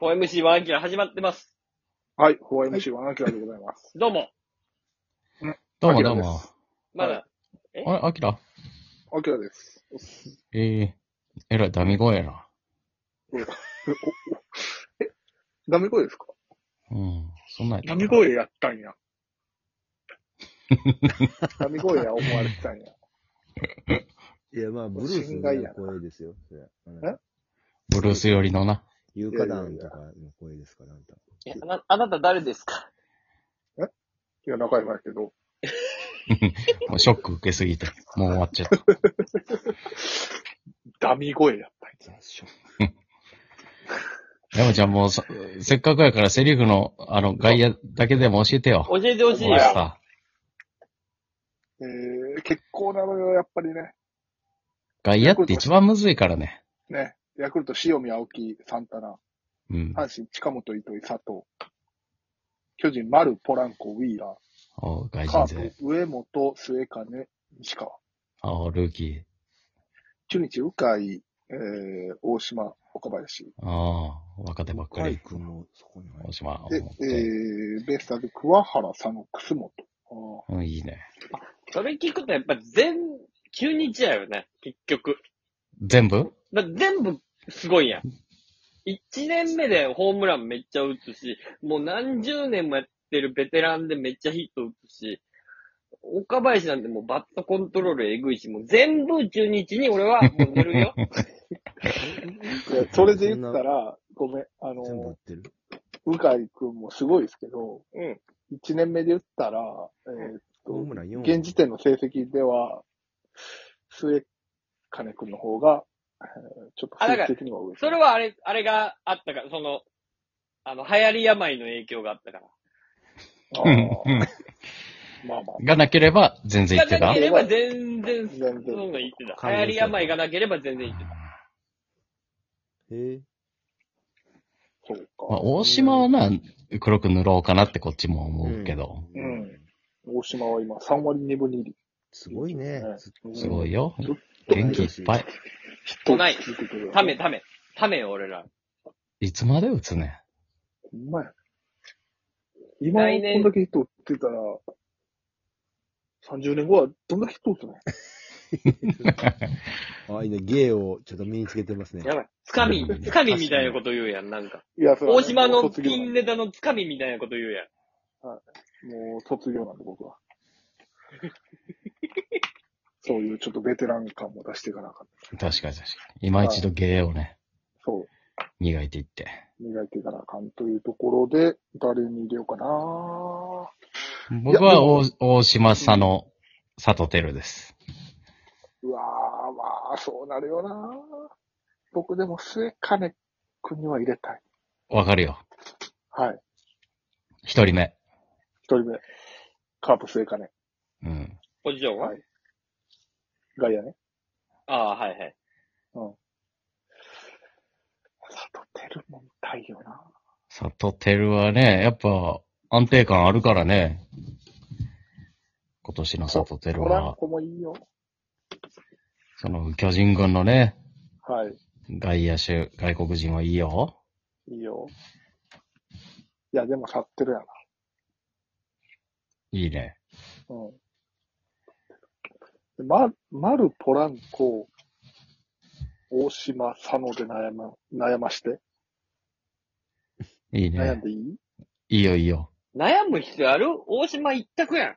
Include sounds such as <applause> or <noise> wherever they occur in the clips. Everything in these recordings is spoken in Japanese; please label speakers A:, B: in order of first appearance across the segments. A: 4MC1 アキラ始まってます。
B: はい、ホワイ MC はアキラでございます。
A: どうも。
C: どうも
B: アキラ
C: どう
B: です
C: も。
A: まだ、
B: は
C: あれ、アキラ
B: アキラです。
C: えええらい、ダミ声やな。
B: ダメ声ですか
C: うん。そんなんや
B: ダ
C: った
B: メ
C: かな
B: 声やった <laughs> んや。ダメ声や思われてたんや。
D: いや、まあ、ブルース
B: 心
D: の
B: 外やな
D: 声ですよ。それうん
B: え
C: ブルース寄りのな。
D: 有価団とかの声ですから、あんた。
A: えあなあなた誰ですか
B: いや、仲良くないけど。
C: もうショック受けすぎて。もう終わっちゃっ
B: ダミ声やったんや。
C: た。 <laughs> 山ちゃんもうそ、せっかくやからセリフの、あの、外野だけでも教えてよ。
A: 教えてほしい
C: もう
A: よ。
C: さ、
B: えー、結構なのよ、やっぱりね。
C: 外野って一番むずいからね。
B: ね。ヤクルト、塩見、青木、サンタナ、
C: うん。
B: 阪神、近本、糸井、佐藤、巨人、丸、ポランコ、ウィーラ
C: おう外
B: ー、カ
C: 人
B: ー
C: 勢。
B: プ、上本、末金、西川、
C: おうルーキ
B: 中日、鵜飼、えー、大島、岡林、
C: ー。ああ、若手ばっか
D: カイ
C: り。
D: 君もそこに入
C: 大
D: る。
C: 島。
B: で、えー、ベースターズ、桑原、佐野、楠本。あ
C: うん、いいね。
A: それ聞くとやっぱ全、9日やよね、結局。
C: 全部
A: だって全部すごいやん。1年目でホームランめっちゃ打つし、もう何十年もやってるベテランでめっちゃヒット打つし、岡林なんてもうバットコントロールえぐいし、もう全部中日に俺はもう寝る <laughs> よ。
B: ーいやそれで言ったら、ごめん、あ
D: 全部売っ
B: の、
D: てる。
B: 向井くんもすごいですけど、
A: うん。
B: 1年目で言ったら、え
D: ホー
B: ーっ
D: ムラ
B: と、
D: ン4
B: 現時点の成績では、末金くんの方が、えーちょっと成績的には上です
A: それはあれ、あれがあったから、その、あの、流行り病の影響があったから。
B: あ
C: うん、
B: ー
C: う
B: まあまあ
C: ん。がなければ全然いって
A: がな
C: た
A: け。れば全然、そ
B: 全
A: んな
B: 然
A: の言ってた。流行り病がなければ全然言ってた。
D: へえ。
B: そう
C: まあ、
B: か。
C: 大島はな、黒く塗ろうかなってこっちも思うけど。
B: うん大島は今3割2分2厘。
D: すごいね。ずっと
C: すごいよ
B: うん。
C: 元気いっぱい。
B: 人
A: ない
B: 続けてるよね
A: ため、。ため。ためよ、俺ら。
C: いつまで打つねん。
B: ほんまや。今、こ
A: 来年
B: んだけヒット打ってたら、30年後はどんだけヒット打つの
C: <laughs>
D: あ、いいね。芸をちょっと身につけてますね。
A: やばい。つかみ、つかみみたいなこと言うやん、なんか。
B: いや、それはね
A: 大島の
B: 卒業
A: ピ
B: なん
A: ン
B: で
A: ネタのつかみみたいなこと言うやん。
B: もう卒業なんで僕は。 <laughs> そういうちょっとベテラン感も出していかなあかった。
C: 確かに確かに。今一度芸をね、
B: そう。
C: 磨いていって。
B: 磨いていかなあかんというところで、誰に入れようかな
C: 僕は大大島佐野、佐藤輝です。
B: うわー、まあ、そうなるよな僕でも末金君には入れたい。
C: わかるよ。
B: はい。
C: 一人目。
B: 一人目。カープ末金。
C: うん。
A: ポジションは、
B: はい外野ね。
A: ああ、はいはい。
B: 佐藤輝も見たいよな。
C: 佐藤輝はね、やっぱ安定感あるからね。今年の佐藤輝
B: ポラン
C: は、
B: コもいいよ。
C: その巨人軍のね、
B: はい。
C: 外野手、外国人はいいよ。
B: いいよ。いや、でも去ってるやな。
C: いいね。
B: うん。でま、丸、ポランコ、大島、佐野で悩ま、悩まして。
C: いい
B: 悩ん
C: ね。
B: でいい、
C: いいよいいよ。
A: 悩む必要ある大島一択やん。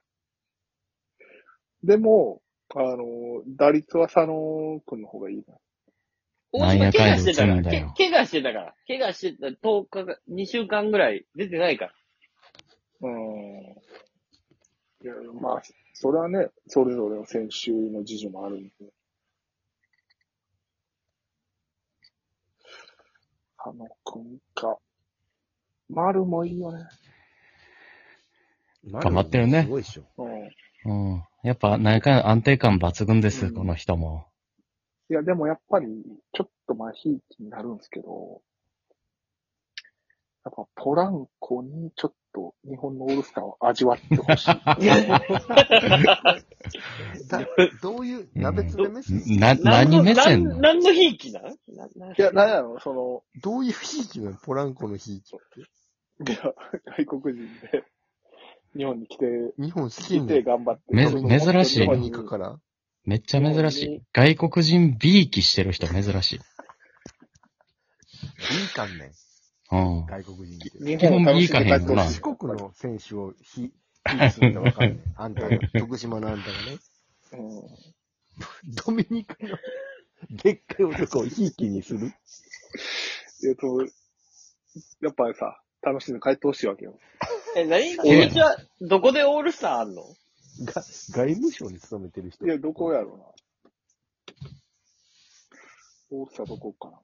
B: でも、あの、打率は佐野くんの方がいいな。
A: 大島怪我してたか
C: なんやか
A: ら。
C: んや打つんだ
A: け
C: よ
A: 怪我してたから。怪我してた10日が、2週間ぐらい出てないから。
B: うん。いや、まあ、それはね、それぞれの選手の事情もあるんで。佐野くんか。丸もいいよね。
C: 頑張ってるね
D: すごいっしょ。
B: うん。
C: うん。やっぱ、なんか安定感抜群です、
B: うん
C: この人も。
B: いや、でもやっぱり、ちょっとまあ、ひいきになるんですけど、やっぱポランコにちょっと日本のオールスターを味わってほし <laughs> い。
D: だどういう、鍋つでメッセージ
C: な、何目線
A: な
C: なんの
A: 何のひいきなんなない
B: や、なんやろ、その、
D: どういうひいきなのポランコのひいきって。
B: いや外国人で日本に来て、
D: 日本好き
B: 来
D: にな
B: て
D: る。
B: 頑張って。
C: め珍し
B: 日
D: 日本
C: い
B: 本
D: に
B: に
D: 行
B: 行
D: く
B: く
D: か
B: から
D: ら。
C: めっちゃ珍しい。外国人 B 期してる人珍しい。
D: いいかんねん。
C: うん。
D: 外国人って。
B: 日
C: 基本
B: 楽
C: いい
B: し
C: か
B: んで
C: へ
B: 帰っ
C: ん
B: て
C: よ
B: ほ
C: な
B: しい。
D: 四国の選手をひ、ひいきするのわ
C: <laughs>
D: かんねん。あんたが、徳島のあんたがね、
B: うん
D: ドミニカの、でっかい男をひいきにする。
B: えっと、やっぱりさ、楽しんで帰ってほしいわけよ。
A: え、何今年は、どこでオールスターあんの
D: が、外務省に勤めてる人。
B: いや、どこやろうな。オールスターどこかな。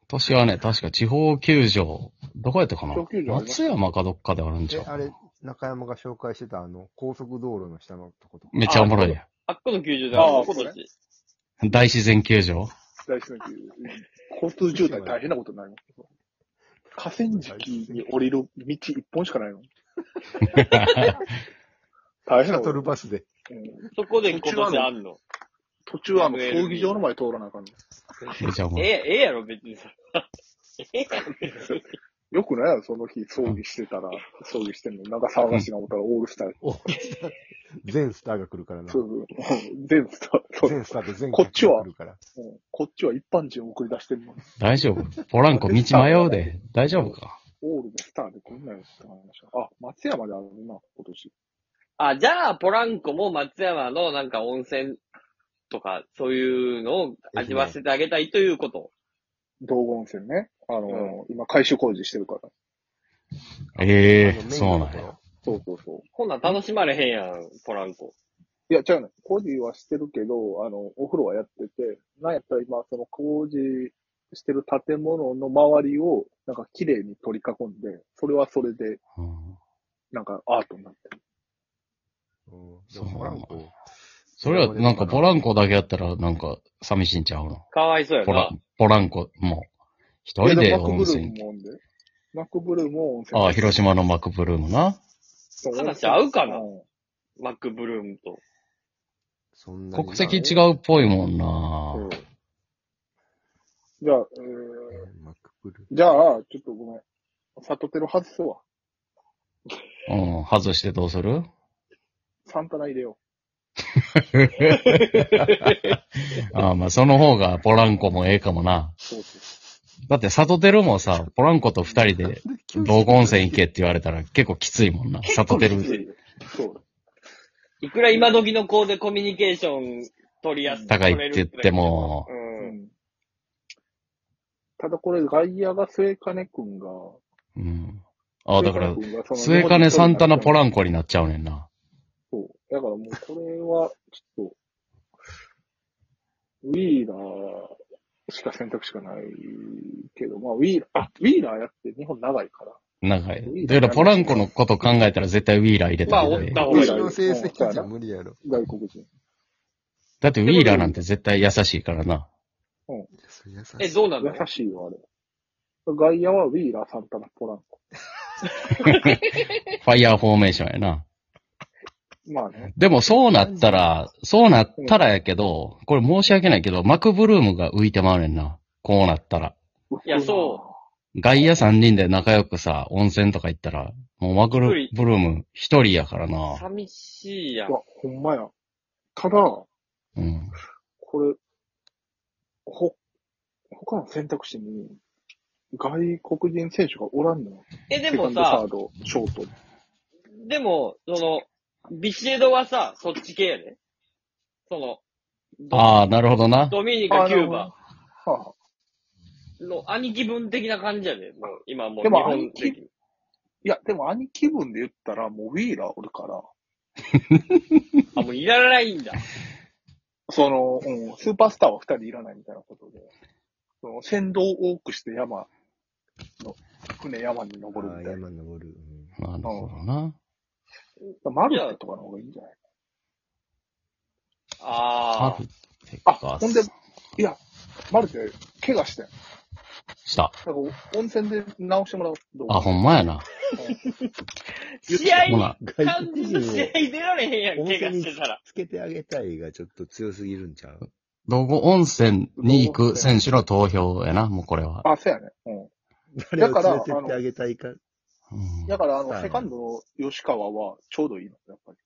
C: 今年はね、確か地方球場、どこやったかな
B: 地方球場あります
C: 松山かどっかであるんち
D: え
C: ゃ
D: あれ
C: う、
D: 中山が紹介してたあの、高速道路の下のとことか。
C: めっちゃおもろいや
A: あっこの球場だ。
B: ああ
A: 今年
B: そうね
C: ん。大自然球場
B: 大事な交通渋滞大変なことになるの。河川敷に降りる道一本しかないの。大
D: シ
B: 変な
D: ャ
B: こ
D: ト
B: と
D: ルバスで。
B: うん
A: そこで今年あんの。
B: 途中あの、競技場の前通らなあかんの。
C: めっちゃおも
A: え
C: ろ
A: え
C: い。、
A: ええやろ、別にさ。ええやろ、別に。
B: よくないやろ、その日、葬儀してたら、葬儀してんの。なんか騒がしいな思ったら、オールスター。
D: お全スターが来るからな
B: そ。うそう。 <laughs> 全スター。そう
D: 全スターと全
B: こっちは
D: 来るから。
B: うんこっちは一般人を送り出してんのに。
C: 大丈夫。ポランコ道迷うで。大丈夫か。
B: オールのスターでこんなんやって話した。あ、松山であるな、今年。
A: あ、じゃあ、ポランコも松山のなんか温泉とか、そういうのを味わわせてあげたいということ。
B: 道後温泉ね。あの、今改修工事してるから。
C: ええ
D: あの
C: そうなんや。。
B: そうそうそう。
A: こんなん楽しまれへんやん、ポランコ。
B: いや、違うね。工事はしてるけど、あの、お風呂はやってて、なんやったら今、その工事してる建物の周りを、なんか綺麗に取り囲んで、それはそれで、
C: うん
B: なんかアートになってる。
D: うんで
C: そう
D: もポランコ
C: それはなんかポランコだけやったらなんか寂しいんちゃうの
A: かわいそうや
C: ポラ
A: な。、
C: ポランコ、もう。一人
B: い
C: で
B: やもマ
C: 温
B: クブルー
C: 泉。
B: ムもおんで。マクブルームも温泉。
C: ああ、広島のマクブルームな。
B: そう
A: 話合うかな
B: うん
A: マックブルームと。
D: そんなに
C: 国籍違
D: まあ
C: うっぽいもん
B: そう
C: な。
B: じゃあ、え
D: え
B: ー
D: ーマックブルー
B: じゃあ、ちょっとごめん。サトテル外すわ。
C: うん、外してどうする <laughs>
B: サンタナ入れよ
C: ああ、まあその方がポランコもええかもな
B: う。。そうそう。
C: だってサトテルもさ、ポランコと二人で道後温泉行けって言われたら結構きついもんな。サトテル
B: そう。
A: いくら今時の子でコミュニケーション取りやす
C: 高いって言って。も
A: 取、れるうん。
B: ただこれ、外野が末金くんが。
C: うん。ああ、だから
B: 末、金君がその
C: 末金サンタナポランコになっちゃうねんな。
B: そう。だからもうこれは、ちょっと、ウィーラーしか選択肢がないけど、まあ、ウィーラー、あ、ウィーラーやって日本長いから。
C: 長い。だからポランコのこと考えたら絶対ウィーラー入れた方がいい
A: まあおっ
D: 私の成績じゃ無理やろ。
B: 外国人。
C: だってウィーラーなんて絶対優しいからな。
A: え、どう
D: な
A: なの
B: 優しいよ、あれ。外野はウィーラー、サンタナ、ポランコ。
C: ファイヤーフォーメーションやな。
B: まあね。
C: でもそうなったら、そうなったらやけど、これ申し訳ないけど、マクブルームが浮いてまうねんな。こうなったら。
A: いやそ
C: 外野三人で仲良くさ、温泉とか行ったら、もうマクブル
A: 一
C: ーム一人やからな。
A: 寂しいやん
B: う。う。わ、ほんまや。ただ、
C: うん。
B: これ、ほ、他の選択肢に、外国人選手がおらんのよ。
A: え、で
B: セカ
A: も
B: ンド、サ
A: さ
B: ー、ド、ショート。
A: でも、その、ビシエドはさ、そっち系やで。その、ド
C: ああ、なるほどな。
A: ドミニカ、キューバ
B: はあ、
A: の兄貴分的な感じやで。もう今もう
B: で
A: 日
B: も
A: 本的に。
B: いや、でも兄貴分で言ったら、もうウィーラーおるから、
A: あ、もういらないんだ。
B: その、うん、スーパースターは二人いらないみたいなことで、その、先導を多くして山の、船山に登るみたいな。
D: 山登る。うん
C: なるほどな。
B: マルテとかの方がいいんじゃない
A: ああ
C: あ。るって
B: あ、
C: か
B: ほんで、いや、マルテ、怪我してん。
C: した。
B: なんか温泉で直してもらおう。どう
C: あ、ほんまやな。
A: 試合
C: ほな、
D: 外
A: 感
D: 国
A: じの
D: 人
A: 試合
D: を
A: 出られへんやん、
D: 温
A: 怪我
D: 泉
A: し
D: に
A: てたら。
D: つけてあげたいがちょっと強すぎるんちゃう
C: 道後温泉に行く選手の投票やな、もうこれは。
B: あ、そうやね。うん。
D: 誰
B: だ
D: を
B: から
D: 連れてってあげたいか。
C: うん
B: だから、あの
D: は、い
B: セカンドの吉川はちょうどいいの、やっぱり。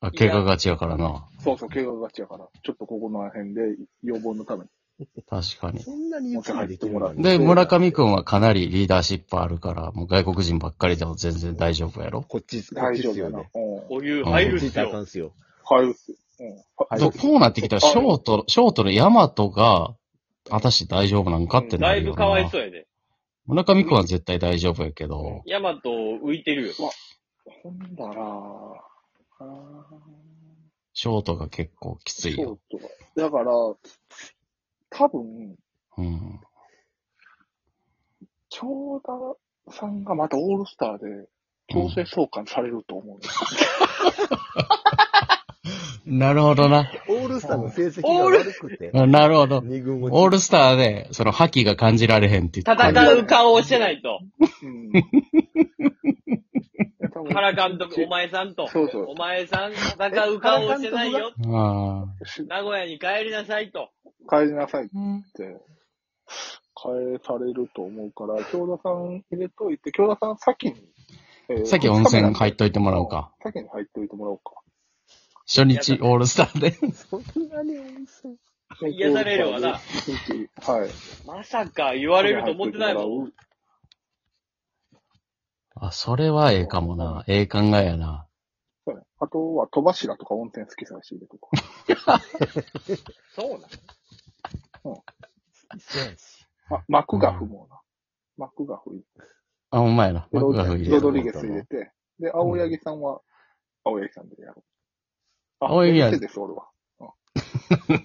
C: あ怪我がちやからな。
B: そうそう、怪我がちやから。ちょっとここの辺で予防のために。
C: 確かに。
D: そんなに雪ができるのに
C: で、村上く
D: ん。
C: んはかなりリーダーシップあるから、もう外国人ばっかりでも全然大丈夫やろ。
D: こっち、こっ
B: 大
D: ち
B: 丈
D: っ
B: 夫
D: すよ
B: やな。
D: ね。
B: うん。
A: お湯
C: うん
D: こ
A: 入る
D: っ
A: ん
D: ち
A: す
D: 行ったらあか
A: よ。
D: んっすよ。
B: 入るっす。うん。
D: はい
C: そうこうなってきたら、ショート、ショートのヤマトが、果たして大丈夫なんかってな
A: だい
C: るよ
A: ぶ
C: な。
A: かわいそうやで。
C: 村上くんは絶対大丈夫やけど、
A: ヤマト浮いてるよ。
B: ほんだら、あー
C: ショートが結構きつい
B: そう
C: よ。
B: とか。だから、多分、
C: うん。
B: 長田さんがまたオールスターで強制送還されると思うんですよ。
C: なるほどな。
D: オールスターの成績が悪くて。
C: なるほど。
D: 二軍落ち
C: オールスターで、その覇気が感じられへんって言って
A: 戦う顔をしてないと。
B: うん。
A: 原監督、お前さんと。
B: そうそう
A: お前さん、戦う顔をしてないよ。
C: ああ。
B: し
A: 名古屋に帰りなさいと。
B: 帰りなさいって、返されると思うから、京田さん入れといて、京田さん先に、えー
C: さっき温泉入っといても
B: も
C: らおうか。。
B: 先に入っといてもらおうか。
C: 初日オールスターで。
D: そんなに温泉。
A: <laughs> 癒されるわな
B: はい。
A: まさか言われると思ってないもん。
C: あ、それはええかもな。ええ考えやな。
B: そうねあとは、戸柱とか温泉好きさし入れとか。
A: そうなの
B: ま、マクガフもな。マクガフ入れて
C: あ、ほんまやな。
B: で
C: 幕が吹いて
B: ロ
C: る
B: ドリゲス入れて、で、青柳さんは、青柳さんでやろう。あ
C: 青柳は
B: メルセデスおるわ。